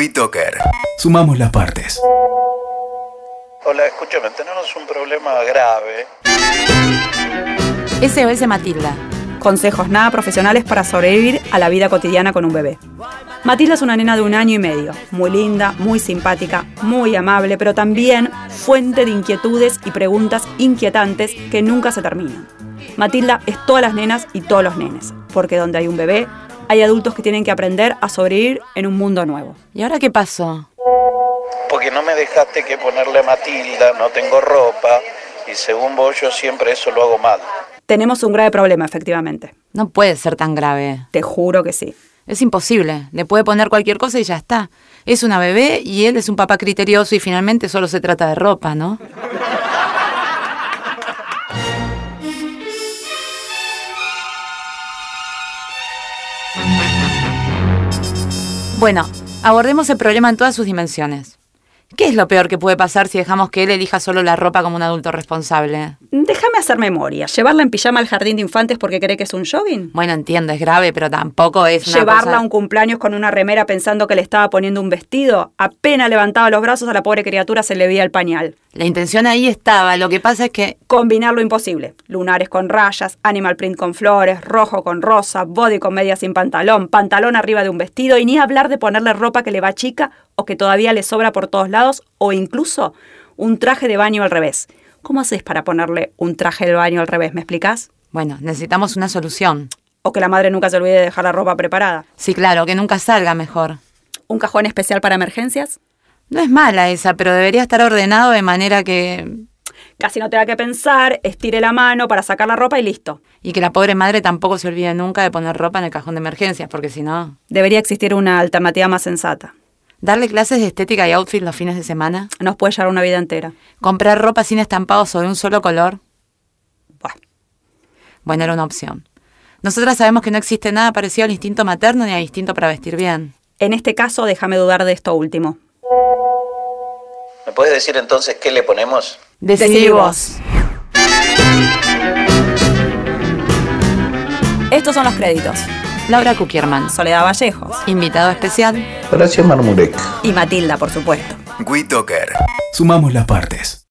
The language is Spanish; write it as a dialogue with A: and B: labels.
A: WeToker. Sumamos las partes.
B: Hola, escúchame, tenemos un problema grave.
C: SOS Matilda.
D: Consejos nada profesionales para sobrevivir a la vida cotidiana con un bebé. Matilda es una nena de un año y medio, muy linda, muy simpática, muy amable, pero también fuente de inquietudes y preguntas inquietantes que nunca se terminan. Matilda es todas las nenas y todos los nenes, porque donde hay un bebé, hay adultos que tienen que aprender a sobrevivir en un mundo nuevo.
C: ¿Y ahora qué pasó?
B: Porque no me dejaste que ponerle Matilda, no tengo ropa y según vos yo siempre eso lo hago mal.
D: Tenemos un grave problema, efectivamente.
C: No puede ser tan grave.
D: Te juro que sí.
C: Es imposible. Le puede poner cualquier cosa y ya está. Es una bebé y él es un papá criterioso y finalmente solo se trata de ropa, ¿no? Bueno, abordemos el problema en todas sus dimensiones. ¿Qué es lo peor que puede pasar si dejamos que él elija solo la ropa como un adulto responsable?
D: Déjame hacer memoria. Llevarla en pijama al jardín de infantes porque cree que es un jogging.
C: Bueno, entiendo, es grave, pero tampoco es una
D: Llevarla
C: cosa-
D: a un cumpleaños con una remera pensando que le estaba poniendo un vestido. Apenas levantaba los brazos a la pobre criatura se le veía el pañal.
C: La intención ahí estaba, lo que pasa es que...
D: Combinar lo imposible. Lunares con rayas, animal print con flores, rojo con rosa, body con media sin pantalón, pantalón arriba de un vestido y ni hablar de ponerle ropa que le va chica o que todavía le sobra por todos lados o incluso un traje de baño al revés. ¿Cómo haces para ponerle un traje de baño al revés? ¿Me explicás?
C: Bueno, necesitamos una solución.
D: O que la madre nunca se olvide de dejar la ropa preparada.
C: Sí, claro, que nunca salga mejor.
D: ¿Un cajón especial para emergencias?
C: No es mala esa, pero debería estar ordenado de manera que...
D: Casi no tenga que pensar, estire la mano para sacar la ropa y listo.
C: Y que la pobre madre tampoco se olvide nunca de poner ropa en el cajón de emergencias, porque si no...
D: Debería existir una alternativa más sensata.
C: Darle clases de estética y outfit los fines de semana.
D: Nos puede llevar una vida entera.
C: Comprar ropa sin estampados o de un solo color.
D: Buah.
C: Bueno, era una opción. Nosotras sabemos que no existe nada parecido al instinto materno ni al instinto para vestir bien.
D: En este caso, déjame dudar de esto último.
B: ¿Me puedes decir entonces qué le ponemos?
D: Decidí vos. Estos son los créditos.
C: Laura Kukierman,
D: Soledad Vallejos
C: invitado especial,
B: Gracias, Marmurek.
D: y Matilda, por supuesto.
A: WeToker. Sumamos las partes.